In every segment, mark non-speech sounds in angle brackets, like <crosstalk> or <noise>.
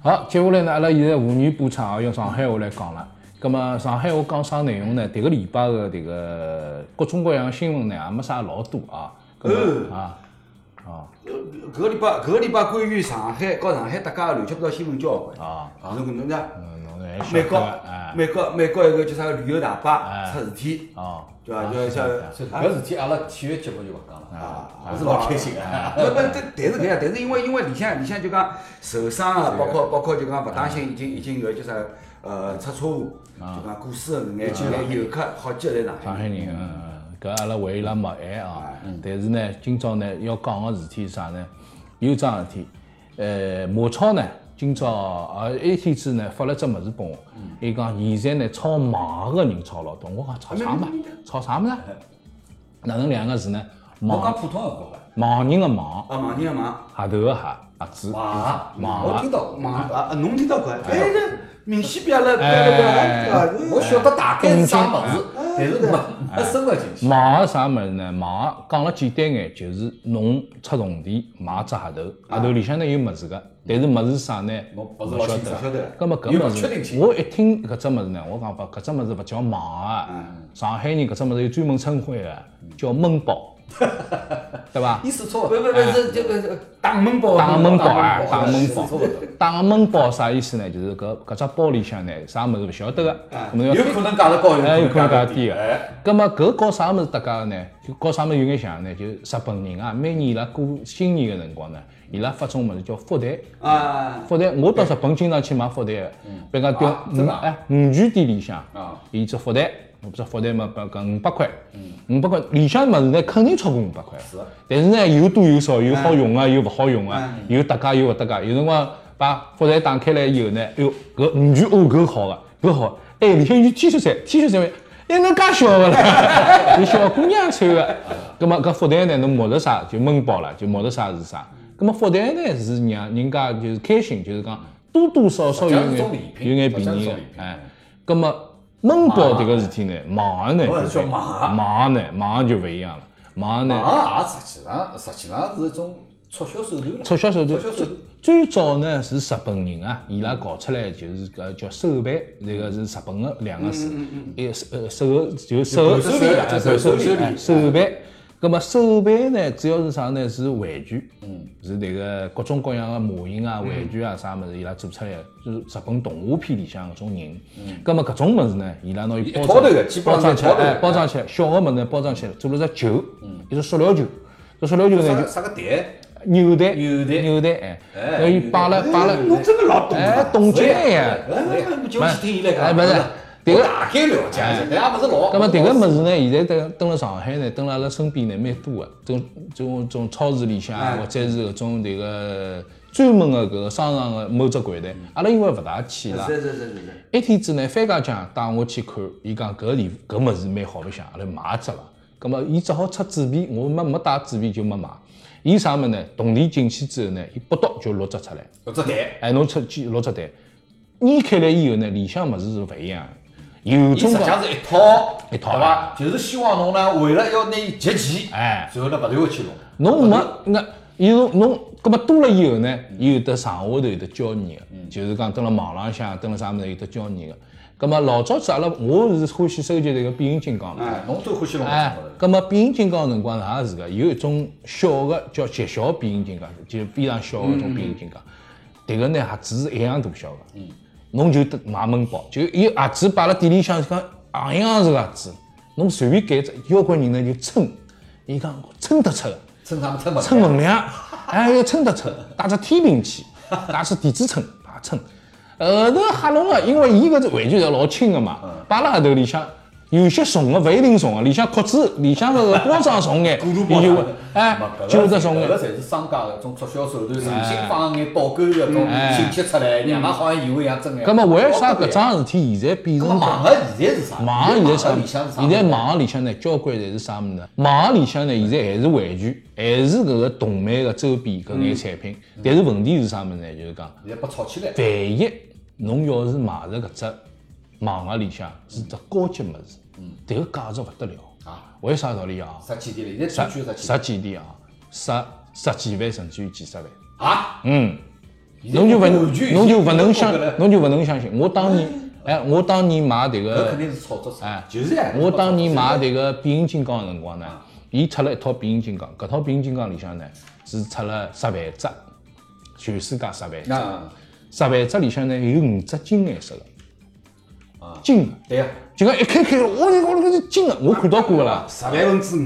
好，接下来呢，阿拉现在妇女补偿也用上海话来讲了。咁么上海话讲啥内容呢？迭个礼拜个迭个各种各样的新闻呢，也没啥老多啊。嗯咁么啊，哦搿搿个礼拜搿个礼拜关于上海和上海搭界个乱七八糟新闻交关。啊，啊，侬搿侬呢？嗯，侬还晓美得国啊哎，美国美国有个叫啥旅游大哎巴出事体，哦，对啊伐？就像啊所以搿事体阿拉体育节目就勿讲了，啊我是老开心 <laughs> 个。不不，但但是搿样，但是因为因为里向里向就讲受伤啊，包括包括就讲勿当心已经已经有叫啥呃出车祸，啊就讲过世个眼眼游客好几个在上上海。海人，嗯，搿阿拉为伊拉默哀啊。嗯但是呢，今朝呢要讲个事体是啥呢？有桩事体，呃，马超呢，今朝呃一天子呢发了只物事拨我，嗯伊讲现在呢炒网个人炒老多，我啊讲炒啥嘛？炒啥么子？啊哪能两个字呢？我讲网普通闲话伐？网人个网，啊，网人个网，鞋头个鞋，鞋子。哇，忙我听到过网啊，啊侬听到过？哎，这明显比阿拉比阿哎拉对伐？我晓得大概是啥物事，但是没没深入进去。网是啥物事呢？网讲了简单眼，就是侬出重店买只鞋头，鞋头里向呢有物事个，但是物事是啥呢？侬不是老清楚晓得。葛么有搿物确定事，性啊我一听搿只物事呢，我讲勿搿只物事勿叫网嗯啊，上海人搿只物事有专门称呼个，叫闷包， <laughs> 对伐？意思错不勿不不是这个打闷包，打闷包啊，打打闷闷包包是的，打个闷包啥意思呢？就是搿搿只包里向呢，啥物事勿晓得个，搿么要嗯有可能价值高，哎，有可能价介值低低。个哎，。葛末搿搞啊啥物事搭界个呢？就搞啥物事有眼像呢？就日本人啊，每年伊拉过新年个辰光呢，伊拉发种物事叫福袋。啊，福袋，我到日本经常去买福袋个，比如讲啊真钓的五啊哎五泉店里向啊，伊只福袋，我只福袋嘛，把搿五百块，五百块里向物事呢肯定超过五百块，嗯是哎但是呢有多有少，有好用啊个，有勿好用个，有搭界有勿搭界，有辰光把福袋打开来以后呢，哎哟搿五泉哦搿好个，搿好，哎里向有 T 恤衫，T 恤衫哎哎能介小个啦， <laughs> 有小姑娘穿个，葛末搿福袋呢侬摸着啥就闷爆了，就摸着啥是啥。葛么福袋呢是让人家就是开心，就是讲多多少少有实眼际上是种礼品有眼实际便上是宜种个礼，品哎，葛么闷包迭个事体呢，忙呢我就是是说忙忙呢，忙就勿一样了，忙呢网也实际上实际上是一种促销手段了。促销手段促销手段。最早呢是日本人啊，伊拉搞出来就是搿叫手办，这个是日本的两个字，一手呃手就手伴手礼啊哎就手伴手礼哎手办。葛么手办呢，主要是啥呢？是玩具，是迭个各种各样的模型啊、玩具啊啥物事，伊拉做出来的，就是日本动画片里向搿种人。葛么搿种物事呢，伊拉拿伊包一套头装的基本包上是装起来，一套头的哎，包装起来，小个物事呢包装起来，做了只球，一只塑料球，这塑料球啥呢个就啥个蛋？扭蛋，扭蛋扭蛋，哎，哎然后伊摆了摆了，侬真个老懂哎，懂起来呀，啊哎，就没去听伊来哎，讲。不是，迭个，我大概了解，但也勿是老。葛么迭个物事呢，现在登登了上海呢，登了阿拉身边呢蛮多啊个，种种种超市里向啊，或者是搿种迭个专门个搿个商场啊个某只柜台，阿拉因为勿大去啦，是是是是是，一天子呢，番茄酱带我去看，伊讲搿地搿物事蛮好白相，阿拉买一只伐？葛末伊只好出纸币，我没没带纸币就没买。伊啥物事呢？同店进去之后呢，伊剥到就六只出来，搿只蛋，哎，侬出去六只蛋，捏开来以后呢，里向物事是勿一样的，有伊实种际上讲是一套，一套啊对伐？就是希望侬呢，为了要拿伊集齐，哎然后呢，勿断个去弄。侬没那，伊侬侬，葛末多了以后呢，伊有得上下头有得交易个，嗯就是讲蹲辣网浪向，蹲辣啥物事有得交易个。葛末老早子阿拉我是欢喜收集迭个变形金刚嘛。哎，侬最欢喜弄搿哎种物事，。葛么变形金刚辰光也是个，有一种小个叫极小变形金刚，就非常小个一种变形金刚。迭个呢，盒子是一样大小个，侬就得买闷包，就一盒子摆辣店里向，讲行样是个盒子，侬随便拣一只，交关人呢就称，伊讲称得出个。称啥么称物称重量，哎，要称得称，带只天平去，带只电子秤，啊称。后头吓拢了，啊因为伊搿只玩具是老轻个嗯嘛，摆辣后头里向有些重个，勿一定重啊个，里向壳子，里向搿个包装 <laughs> 重眼，伊就会哎，就搿是个重搿眼个。侪是商家搿种促销手段，重新放眼导购搿种哎啊信息出来，让俺好像以为一样真眼。葛末为啥搿张？桩事体现在变成搿网个啊现在是啥？网啊现在啥里向是？啥？现在网里向呢，交关侪是啥物事呢？网里向呢，现在还是玩具，还是搿个动漫个周边搿嗯眼产品。但是问题是啥物事呢？就是讲。现在被炒起来。万一侬要是买着搿只网盒里向是只高级物事，迭个价值勿得了嗯啊！为啥道理啊？十几钿了，现在十最贵十几钿十几钿啊，十十几万甚至于几十万。啊！嗯，侬就勿完全侬就勿能相搿，侬就勿能相信。我当年，哎，我当年买迭个肯，定是炒作出来嗯哎，就是哎我当年买迭个变形金刚个辰光呢，伊出了一套变形金刚，搿套变形金刚里向呢是出了十万只，全世界十万只，那十万只里向呢有五只金颜色个，啊金个，对呀，就讲一开开，我我搿是金个，我看到过个啦。十万分之五，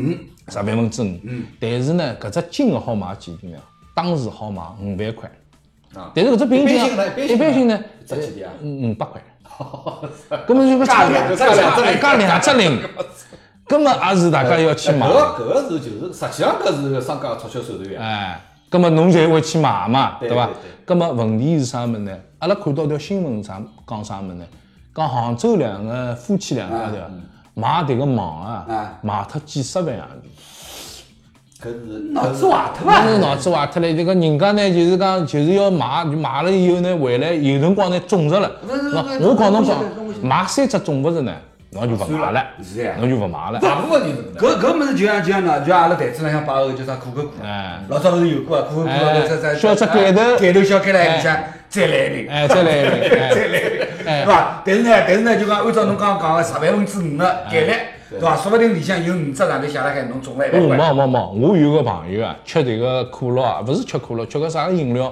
十万分之五。但是呢，搿只金个好卖几钿呢？当时好卖五万块。啊但是搿只平一均般性呢一一般般性性呢，值几钿啊？五五百块。根本就个差两只只两只零，加两只零，根本也是大家要去搿买。个搿个是就是实际上搿是商家的促销手段啊呀。哎，葛么侬才会去买嘛，对伐对？葛么问题是啥物事呢？阿拉看到条新闻啥讲啥物事呢？讲杭州两个夫妻两家头买迭个网啊嗯啊，卖脱几十万洋钿。搿是脑子坏脱那伐？脑子啊坏脱了，这个人家呢就是讲就是要买，买了以后呢，回来有辰光呢种着了。不是那不是我告侬不是讲不是，买三只种不着呢，侬就勿买了，是呀侬就勿买 <laughs> 了。大部分人是搿能搿搿物事就像就像哪，就像阿拉台子浪向摆个叫啥可口可乐，哎老早勿是有过啊，可口可哎乐再再削只盖头盖头削开来，里向再来一瓶，哎，再来一瓶，再哎，来一瓶，哎哎对伐？但是呢，但是呢，就讲按照侬刚刚讲个十万分之五个概率，对伐？说不定里向有五只外头写辣海，侬 <laughs> 中了一哦，百块。没没没，我有个朋友啊，吃迭个可乐啊，勿是吃可乐，吃个啥饮料，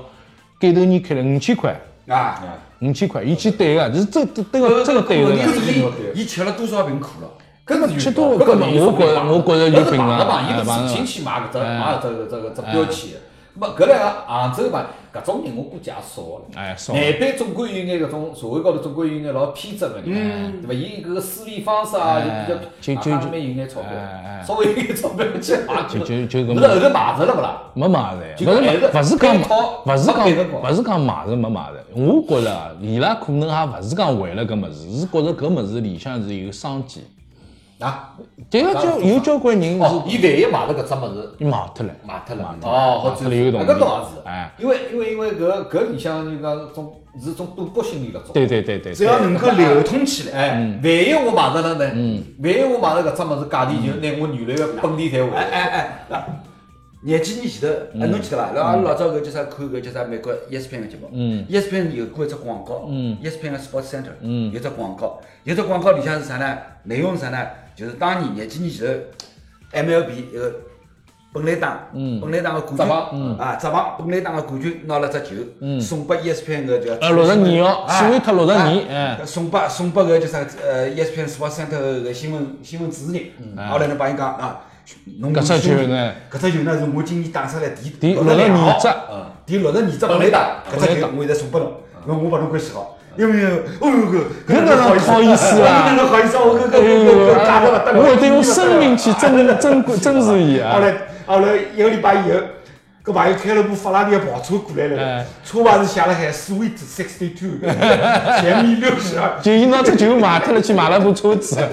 盖头捏开了五千块，啊，五千块，伊去兑个，就是这这这嗯个这个兑问个啊题呢。是伊伊吃了多少瓶可乐？搿是吃有多了道理搿搿么没有我觉得什么我觉得有搿是品味买了嘛，伊哎勿买了是自行去买搿只哎买搿只搿只搿只标签的。咹搿来杭州嘛，搿种人我估计也少了。哎少南北总归有眼搿种社会高头总归有眼老偏执个人，对伐？伊搿个思维方式啊，就就嗯哎就就比较哪怕里面有眼钞票哎哎，稍微有眼钞票去买就就就搿勿么是后头买着了勿啦？没买着，就勿还是是勿是讲配套勿是没配得讲光勿是讲买着没买着，我觉着啊，伊拉可能也勿是讲为了搿物事，是觉着搿物事里向是有商机。啊，迭个交有交关人是 <laughs> 哦，伊万一买了搿只物事。伊卖脱了，卖脱了卖，脱了哦，好卖脱转了有动力搿倒也是，哎，因为因为因为搿搿里向就讲种是种赌博心理搿种，对嗯对对对对，只要能够流通起来，哎，万一我买着了呢？嗯万一我买着搿只物事价钿就拿我原来个本钿侪回哎来。哎哎，那廿几年前头，嗯哎，侬记得伐？阿拉老早搿叫啥看搿叫啥美国 E ESPN 个节目，ESPN 嗯有过一只广告，ESPN E 个 Sports Center 嗯有只广告，有只广告里向是啥呢？内容是啥呢？就是当年廿几年前头 MLB 一个本垒打，嗯本垒打个冠职棒军，啊，职棒本垒打个冠军拿了只球，送拨 E ESPN 个叫嗯呃62哦啊斯威特62啊哎送拨送拨个叫啥呃 ESPN Sports Center 个新闻新闻主持人，后来呢帮伊讲啊，侬搿只球呢，搿只球呢是我今年打出来第第六六十两二只号，第六十二只本来打，嗯搿只球我现在送拨侬，因为我帮侬关系好。因为，哦哟个，搿哪能好意思啊 <laughs> 搿哪能好意思啊！我搿哎搿呦，搿搿假的勿得了我得用生命去珍珍珍视伊 <laughs> 后啊！来后来一个礼拜以后，搿朋友开了部法拉利的跑车过来哎了，车牌是写了海 Sweet Sixty Two，甜蜜六十二。就伊拿只球卖脱了，去买了部车子，哎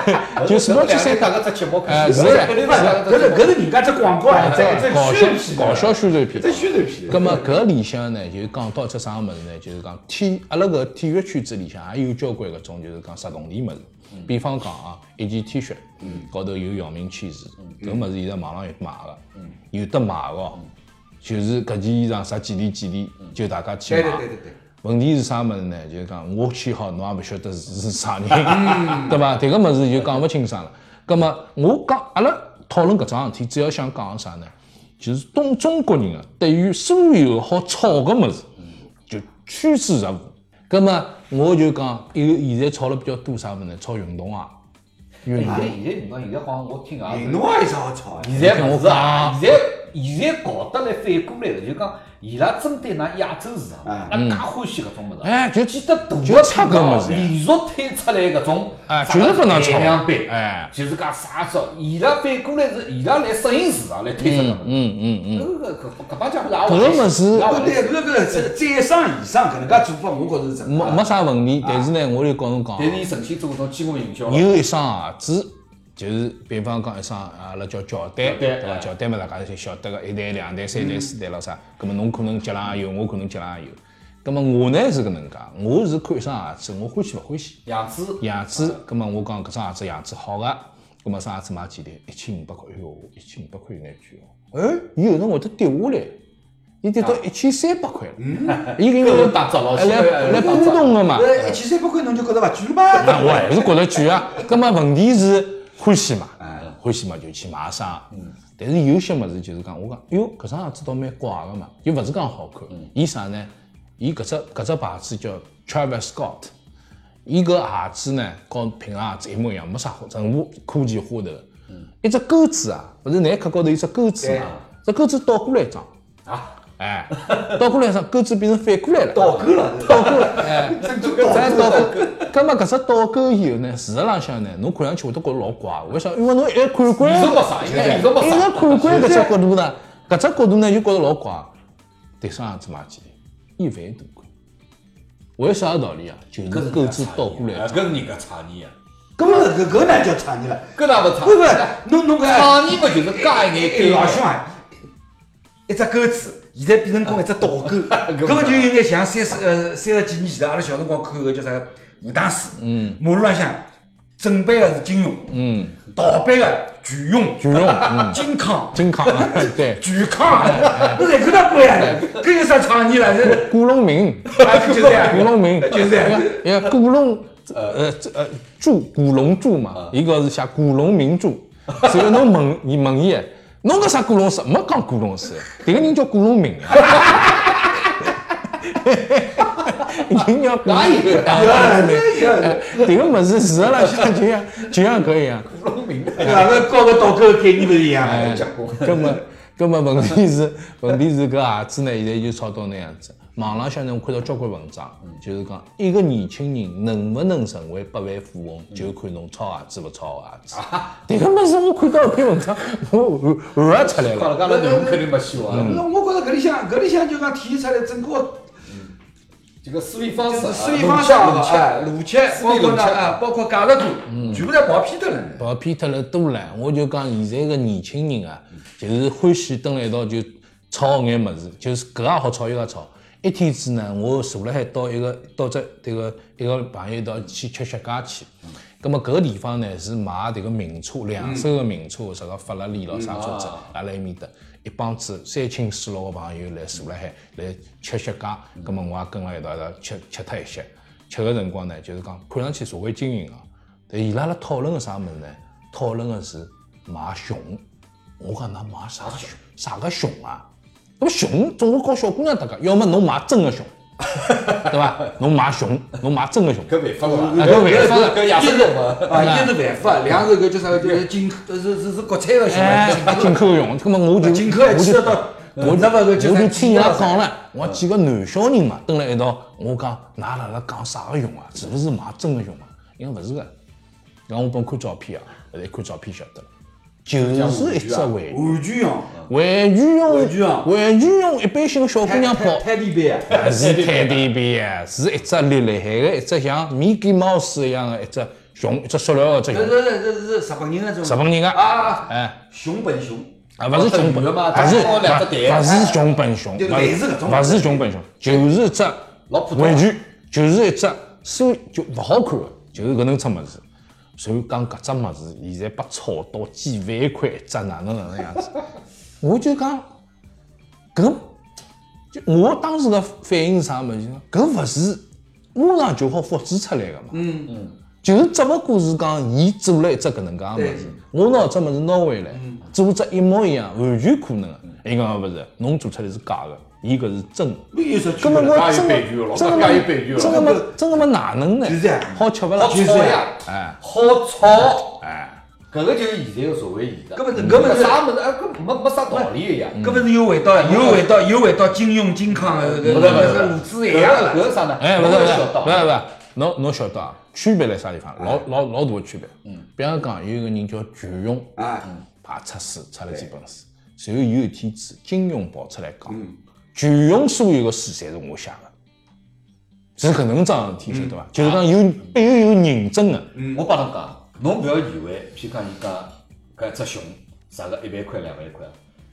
<laughs> 就什么去三三打打，搿只节目，哎是搿是搿是搿是人家只广告啊，这这哎搞宣传笑片，搞笑宣传片这。宣传片。葛么搿里向呢，就是讲到只啥物事呢？就是讲体，阿拉搿体育圈子里向也有交关搿种，就是讲实动店物事。嗯比方讲啊，一件 T 恤，高头有姚明签字，嗯搿物事现在网浪有卖个，有得卖个哦，就是搿件衣裳啥几钿几钿，就大家去买。嗯对对对对对。问题是啥物事呢？就是讲我签好，侬也勿晓得是是啥人， <laughs> 对伐？迭个物事就讲勿清爽了。葛么我讲，阿拉讨论搿桩事体，主要想讲个啥呢？就是东中国人啊，对于所有好炒个物事，就趋之若鹜。葛么我就讲，有现在炒了比较多啥物事呢？炒运动鞋、啊运现动在。现在侬讲，现在好像我听也嗯运是，动也有啥好吵的？现在勿是啊，现在现在搞得来反过来了，就讲伊拉针对㑚亚洲市场，阿嗯拉介欢喜搿种物事，啊哎就记得大就个差搿物事连续推出来搿种，哎就是搿能炒两杯，哎就是讲啥说，伊拉反过来是伊拉来适应市场来推出搿物事，嗯嗯嗯，搿个搿搿帮家伙搿也个物事也搿对搿个是再上以上搿能介做法，我觉着是正没常。没啥问题，但是呢，我就告侬讲啊但，是伊重新做搿种激光营销了，有一双鞋子，就是比方讲一双啊阿拉叫乔丹，对伐？哎乔丹嘛，大家侪晓得个，一代、两代、三代、四代咯啥。葛么侬可能脚浪也有，我可能脚浪也有。葛么我呢是搿能介，我是看一双鞋子，我欢喜勿欢喜。样子样子，葛么我讲搿双鞋子样子好个，葛么双鞋子买几钿？一千五百块，哎哟，一千五百块有眼贵哦。哎，伊有辰光会得跌下来，伊跌到一千三百块了。嗯，伊搿搿个个打折老哎师来哎来打波折动个嘛。那一千三百块侬就觉着勿贵了那吧？我还是觉得贵啊。葛么问题是欢喜嘛，欢喜嘛就去买啥。嗯但是有些物事就是讲，我讲，哟，搿双鞋子倒蛮怪个嘛，又勿是讲好看。伊啥呢？伊搿只搿只牌子叫 Travis Scott，伊搿鞋子呢，和平常鞋子一模一样，没啥花任何科技花头的。一只钩子啊，勿是耐克高头有只钩子嘛？只钩子倒过来一张，啊，哎，倒过来一张，钩子变成反过来了。导购了，倒过来，哎，真正导咱倒钩，葛末搿只倒钩以后呢，事实浪向呢，侬看上去会得觉着老怪，为啥？因为侬一直看惯，你是没啥，应该你是一没直啥。看惯搿只角度呢，搿只角度呢就觉着老怪。对双鞋子买起来，一万多块，为啥道理啊？就是搿是钩子倒过来哎，，搿是人家创业啊，搿么搿搿哪叫创业了？搿哪勿不创不业？，侬侬搿创业嘛就是加一眼哎概老念，兄啊，一只钩子，现在变成讲一只导购，搿么就有眼像三十呃三十几年前头阿拉小辰光看个叫啥《武打书》，嗯，马路浪向正版个是金庸，嗯，盗版个巨庸，巨用，嗯，金康。真康，啊 <laughs> <laughs> 对，巨康，那在搿搭贵啊！搿有啥创意了？这古龙明。啊就这样，古龙明就是这样。因为古龙呃这呃柱古龙柱嘛，伊个是写古龙名著，所以侬问伊问伊，侬搿啥古龙史？没讲古龙史，迭个人叫古龙明啊。人叫古哪龙有明搿哎迭个物事事实浪向就像就像搿样。种名堂？对伐？搿高个导购概念勿是一样哎的，结果。 <laughs> 葛么，葛么问题是， <laughs> 问题是搿鞋子呢，现在就炒到那样子。网浪向呢，我看到交关文章，就是讲一个年轻人能不能成为百万富翁，就看侬炒鞋子勿炒鞋子。迭个物事我看到一篇文章，我我我也出来讲了。了，讲了，侬肯定没希望了。那我觉着搿里向搿里向就讲体现出来整个这个思维方式啊，思维方式逻辑啊，逻辑，包括思维逻呢辑啊，包括价值观，全部侪跑偏脱了。跑偏脱了多了，我就讲现在个年轻人啊，就是欢喜蹲辣一道就炒眼物事，就是搿也好炒，伊也炒。一天子呢，我坐辣海到一个到只迭个一个朋友一道去吃雪茄去。葛么搿个地方呢是买迭个名车，两手个名车，啥个法拉利咯啥车子，阿拉埃面搭一帮子三亲四老个朋友来坐辣海来吃雪茄，葛么我也跟了一道一道吃吃脱一些。吃个辰光呢，就是讲看上去社会精英啊，但伊拉辣讨论个啥物事呢？讨论个是买熊。我讲㑚买啥熊？啥个熊啊？那么熊总归告小姑娘搭个，要么侬买真个熊，对伐？ <laughs> 侬买熊，侬买真个熊，搿违法伐？啊搿违法了搿野生动物。<laughs> 哎啊，一是违法，两是搿叫啥？就是进呃是是是国产个嗯行哎为，进，口进口用，那么我就进口还我就牵涉到嗯我那么我搿就就算听伊拉讲了，我嗯几个男小人嘛，蹲辣一道，我讲，㑚辣辣讲啥个熊啊？是勿是买真个熊啊？伊讲勿是个，伊讲我帮我看照片啊，后来一看照片晓得了，就是一只玩具，玩具用，玩具玩具用，啊玩具用，一般性个小姑娘跑。泰迪杯啊，不是泰迪币啊，是一只立立海的一只像米奇猫斯一样的一只熊，一只塑料的一只这熊，这这这是日本人个种，日本人啊啊，啊，啊哎，熊本熊。啊，勿是熊本，哦勿是，这个女的勿嘛勿是熊本熊，对勿类似搿种勿是熊本熊，就是一只老普通玩具，就是一只所就勿好看的，就是搿能只物事。所以讲搿只物事现在被炒到几万块一只，哪能哪能样子？我就讲搿就我当时的反应是啥物事？搿勿是马上就好复制出来个嘛？嗯嗯，就是只勿过是讲伊做了一只搿能介个物事，我拿只物事拿回来，嗯做只一模一样，完全可能个。伊讲勿是，侬做出来是假个，伊搿是真的。没有啥区根本别，我有真版权个了真个家有么版权了真个么真个么哪能呢？就是这样好吃勿啦？好炒呀，哎，好炒，哎，搿个就是现在个社会现象。搿么是搿嗯么是嗯啥物事？哎，搿没没啥道理个呀。搿勿是又回到又回到又回到金庸金康嗯个搿勿搿是勿是搿路子一搿样了。搿是啥呢？哎，勿是搿勿个是小道勿是勿是，侬侬晓得啊？区别辣啥地方？老哎老老大个区别。嗯，比方讲有一个人叫巨勇，啊，排出书，出了几本书。随后有一天子，金庸跑出来讲，全用所有的书侪是我写的，是搿能桩事体，晓得伐？就是讲有必有有认真的，我帮侬讲，侬勿要以为，譬如讲伊讲搿只熊值个一万块两万块，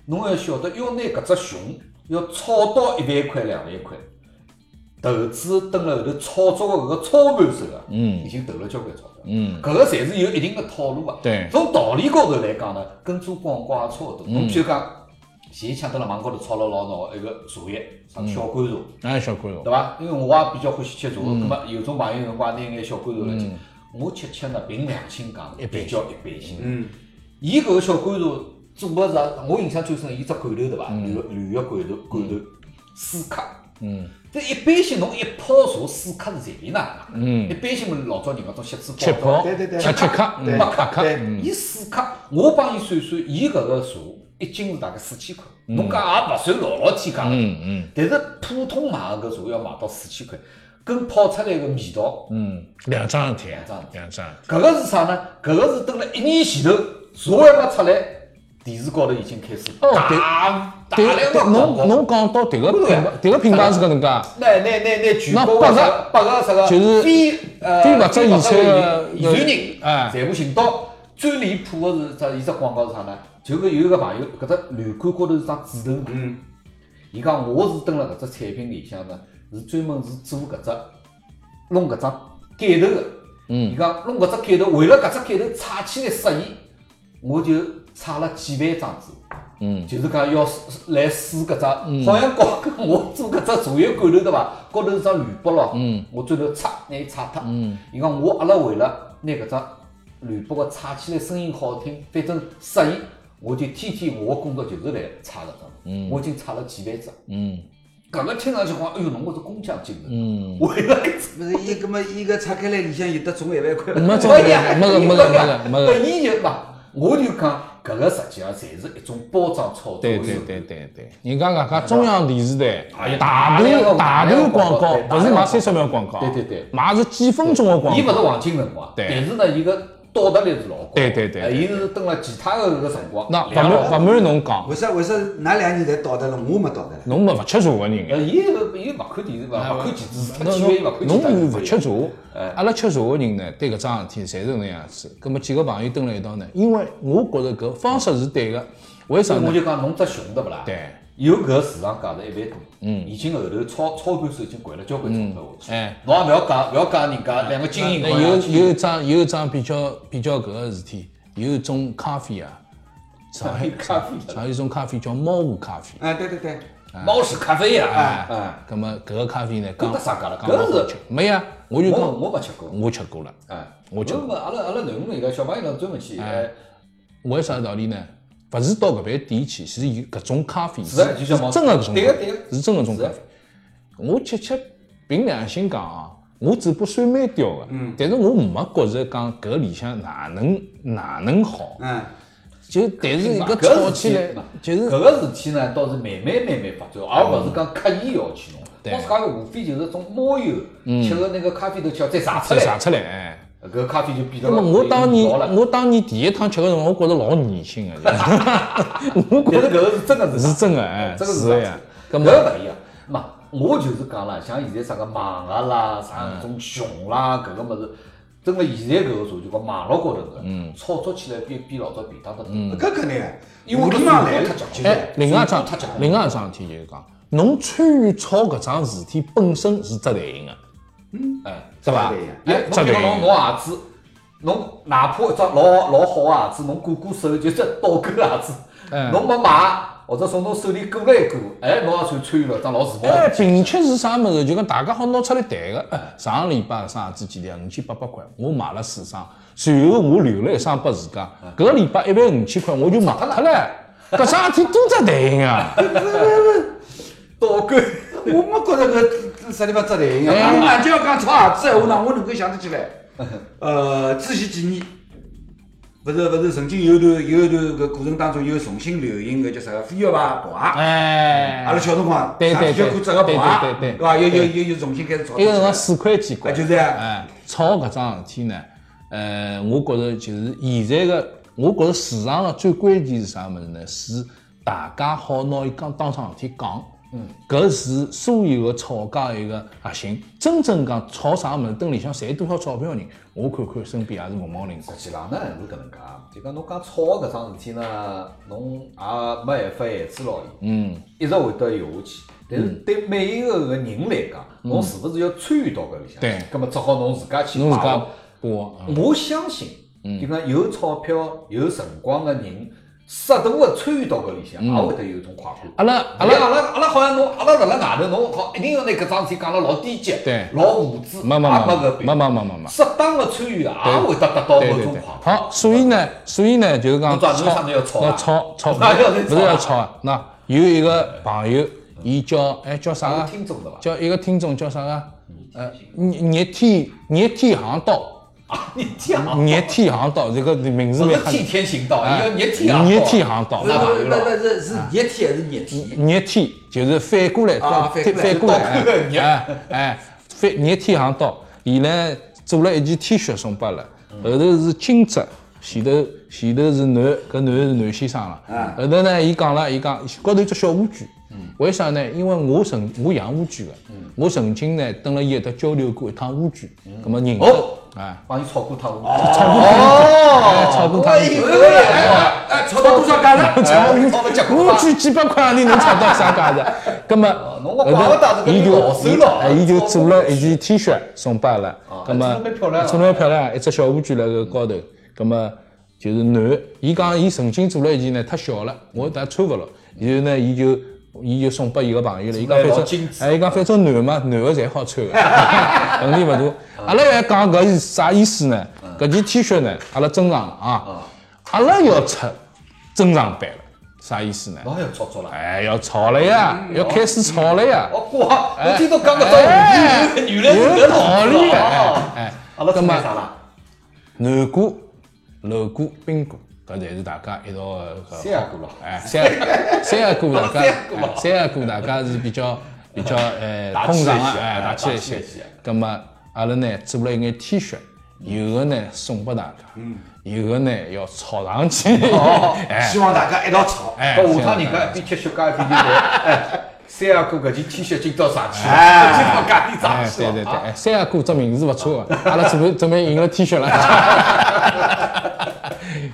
侬要晓得要拿搿只熊要炒到一万块两万块，投资蹲辣后头炒作个搿个操盘手啊，嗯，已经投了交关钞票，嗯，搿个侪是有一定的套路啊。对嗯从道理高头来讲呢，跟做广告也差勿多。侬譬如讲，前一抢到了网高头炒了老闹一个茶叶，啥小甘茶，哎，小观众对，伐？因为我也比较欢喜吃茶，嗯葛末有种朋友辰光拿眼小甘茶来吃，我吃吃呢，凭良心讲，比较一般性。嗯，伊搿个小罐头做个是啥，我印象最深，伊只罐头对伐？铝铝个罐头，罐头四克。嗯，但一般性侬一泡茶四克是随便拿拿。嗯一般性么老早人家种吸七嘴泡，对对对啊，七克，对嗯八克，对嗯伊四克，我帮伊算算，伊搿个茶一斤是大概四千块，侬讲也勿算老老天价。嗯嗯但是普通买个搿茶要卖到四千块，跟泡出来个味道，嗯，两桩事体，两桩事体两桩事体，搿个是啥呢？搿个是等了一年前头，茶还没出来，电视高头已经开始哦大对大对量的对，广告侬。侬讲到迭个品牌，迭个品牌是搿能介。那那那那全那国八个个啥八个啥个就是非呃非物质遗产的遗的传人，哎全部寻到。最离谱的是，这伊只广告是啥呢？就搿有一个朋友，搿只旅馆高头是张主头，嗯，伊讲我是蹲辣搿只产品里向呢，是专门是做搿只弄搿只盖头的。嗯伊讲弄搿只盖头，为了搿只盖头拆起来适意，我就拆了几万张纸。嗯就是讲要试来试搿只，好像搞跟我做搿只茶叶罐头对伐？高头是张铝箔咯，嗯我最后擦，拿伊擦脱。嗯伊讲我阿拉为了拿搿只铝箔个擦起来声音好听，反正适意，我就天天我个工作就是来擦搿只，嗯我已经擦了几万只。嗯搿个听上去好像，哎哟，侬搿是工匠精神，嗯，为了搿只。不是伊搿么伊搿拆开来里向有得中一万块，没中哎没呀个没个没哎个呀没个，搿伊就勿，我就讲搿个实际上侪是一种包装操作。对对对对对，人家讲讲中央电视哎台呀大大量头的大头广告，大量的广告不是卖三十秒广告，对对对卖是几分钟的广伊勿是告。黄金辰光，对但是呢，伊个到达率是老高。对对对哎对伊是蹲了其他的搿个辰光，那勿两瞒勿老。瞒侬讲，为啥为啥㑚两个人侪到得了，我没到得了？侬么勿吃茶个人呃，伊是伊勿看电视，勿勿看电视，他体育伊勿侬看其他侬电勿视哎吃。茶，阿拉吃茶个人呢，对搿桩事体侪是搿能样子。葛么几个朋友蹲辣一道呢，因为我觉着搿方式是对个，为啥所以我呢？就讲侬只熊对勿啦？对。有搿市场价值一万多，嗯，已经后头超超盘数已经掼了交关钞票下去，哎，侬也勿要讲，勿要讲人家两个经营那高哎有下去有一桩有一桩比较比较搿个事体，有一种咖啡啊，上海咖啡上海有一种咖啡叫猫屋咖啡，啊，对对对，猫屎咖啡呀，哎哎，葛么搿个咖啡呢，搿刚搭啥价了刚好搿是吃，没呀，我就我讲我勿吃过，我吃过了，哎，哎我吃过么阿拉阿拉囡恩伊拉小朋友呢专门去，哎，为啥道理呢？勿是到搿爿店去，是有搿种咖啡，是是的就像真个搿种咖啡，对个对个是真个种是咖啊的啡。我吃吃，凭良心讲啊，我嘴巴酸蛮刁个，嗯但是我没觉着讲搿里向哪能哪能好，嗯，就但是一嘛个搿炒事起体来嘛就是搿个事体呢，倒是慢慢慢慢发展，而勿是讲刻意要去弄。对嗯我自家无非就是种猫油，吃个那个咖啡豆吃，再晒出再晒来，出来。哎搿咖啡就变那成么我当年了。我当年第一趟吃个辰光，我觉着老恶心个， <laughs> 我但是搿个是真个是是真个哎，真个是是个呀。搿搿勿么一样。嘛，我就是讲啦，像现在啥个网啊啦，啥搿种熊啦，搿个物事，真个现在搿个茶就讲网络高头个，操作起来比比老早便当得多。搿肯定啊的，因为互联网来了搿是就哎是，，另外一桩所以他讲，另外一桩事体就是讲，侬参与炒搿桩事体本身是值得赢个，哎，是伐对呀？哎，侬值比得如侬赢侬。鞋子，侬哪怕一只老老好个鞋子，侬过过手就只倒钩鞋子哎，侬没买，或者从侬手里过来一过，哎，侬也算参与了一桩老时髦哎，的事体。并且是啥物事？就讲大家好拿出来谈个。哎上个礼拜搿双鞋子几钿啊？五千八百块，我买了四双，随后我留了一双拨自家。搿个礼拜一万五千块，我就卖脱了。搿桩事体多值得赢啊！倒钩，我没觉着搿啥地方值得应哎啊。俺就要讲炒鞋子闲话呢，我能够想得起来。呃，之前几年，勿是勿是曾经有一段有一段搿过程当中又重新流行搿叫啥个飞跃吧跑鞋。哎，阿拉小辰光，对对上体育课只个跑鞋，对对对对对伐？又又对又又重新开始炒。一个辰光四块几块，啊就是啊哎，炒搿桩事体呢，呃，我觉着就是现在个，我觉着市场个最关键是啥物事呢？是大家好拿伊讲当桩事体讲，嗯，搿是所有个炒家一个核心。真正讲炒啥物事，蹲里向赚多少钞票的人，我看看身边也是凤毛麟角实。际浪呢是搿能介，就讲侬讲炒搿桩事体呢，侬也没办法限制牢伊，嗯，一直会得有下去。但是对每一个个人来讲，侬是勿是要参与到搿里向？嗯对葛末只好侬自家去侬自把家握播，嗯我相信，就讲有钞票、有辰光的人，适度个参与到搿里向，也会得有一种快感。嗯阿拉阿阿拉拉阿拉阿拉好像侬阿拉辣辣外头，侬好一定要拿搿桩事体讲了老低级，对老无知，没没也没没搿没边没没没没，适当的参与也会得得到对某对种对快。感。好，所以呢，所以呢，就是讲侬抓侬吵上头要吵那啊吵吵， <laughs> 哪要再不是吵啊要吵啊。那有一个朋友，伊叫哎叫啥有啊？听众对伐？叫一个听众叫啥啊？呃，热天热天航道，啊，你天啊，哦热天航道这个名字不蛮是吓替人。天行道，哎你要热天啊，热天行道那那朋友那了。那是是热天还是热天？热天就是反过来，啊反反过来过来，倒扣哎热哎哎，反热天行道，伊呢做了一件 T 恤送拨阿拉，后头是金质，前头前头是男，搿男是男先生啊了，后头呢伊讲了，伊讲高头有只小乌龟。为啥呢？因为我曾我养乌龟个，嗯我曾经呢蹲辣伊搿搭交流过一趟乌龟，嗯葛么认得哦啊，帮你炒过汤，哎炒过汤。哎哎哎，炒到多少价 <laughs> 了？炒过炒过结哎我棍举几百块洋钿能炒到啥 <laughs> 价值？葛么，哦呃侬我讲勿打这个伊你就老手了哦哎，伊就做了一件 T 恤送拨阿拉，葛么做得蛮漂亮啊做得蛮漂亮，一只小乌龟辣搿高头，葛么就是男，伊讲伊曾经做了一件呢太小了，我但穿勿牢，然后呢伊就。伊就送拨伊个朋友了，伊讲反老正精，致哎，伊讲反正男嘛，男个侪好 <laughs> 穿个，问题勿大。嗯阿拉还讲搿是啥意思呢？搿件 T 恤呢，阿拉珍藏了嗯啊，阿拉要出珍藏版了，啥意思呢？侬还要炒作了。哎，要吵了呀，要开始吵了呀。哎哦，哇！我听到讲搿种原来是有搿道理哎的。哎，啊哦阿拉那做么点啥啦？南瓜、楼瓜、冰瓜，搿侪是大家一道呃的搿三阿哥了，哎，三三阿哥大家，三阿哥哎三阿哥大家是比较比较哎打通气常一啊，些哎哎打气一打气些一些。葛么啊阿拉呢做了一眼 T 恤，有的呢送拨大家，有的呢要炒上去，哎希望大家一道炒。哎，到下这样趟人子家一边贴雪茄一边就说，哎，三阿哥搿件 T 恤今朝上去了，哎今朝价钿上哎，去对 <laughs> 了。对对，啊哎，三阿哥这名字不错啊， <laughs> 阿拉准备准备赢了 <laughs> T 恤了。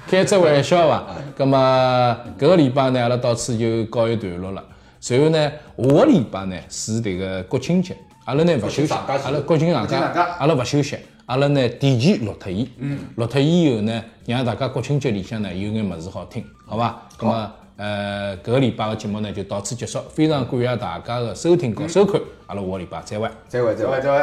开只玩笑伐？葛末搿个礼拜呢，阿拉到此就告一段落了。随后呢，下个礼拜呢是迭个国庆节，阿拉呢勿休国庆息，长假期阿拉国庆长假国庆长假，阿拉勿休息，阿拉呢提前录脱伊，录脱伊以后呢，让大家国庆节里向呢有眼物事好听，好伐？葛末呃，搿个礼拜个节目呢就到此结束，非常感谢大家个收听和收看，阿拉下个礼拜再会。再会再这会位。这位。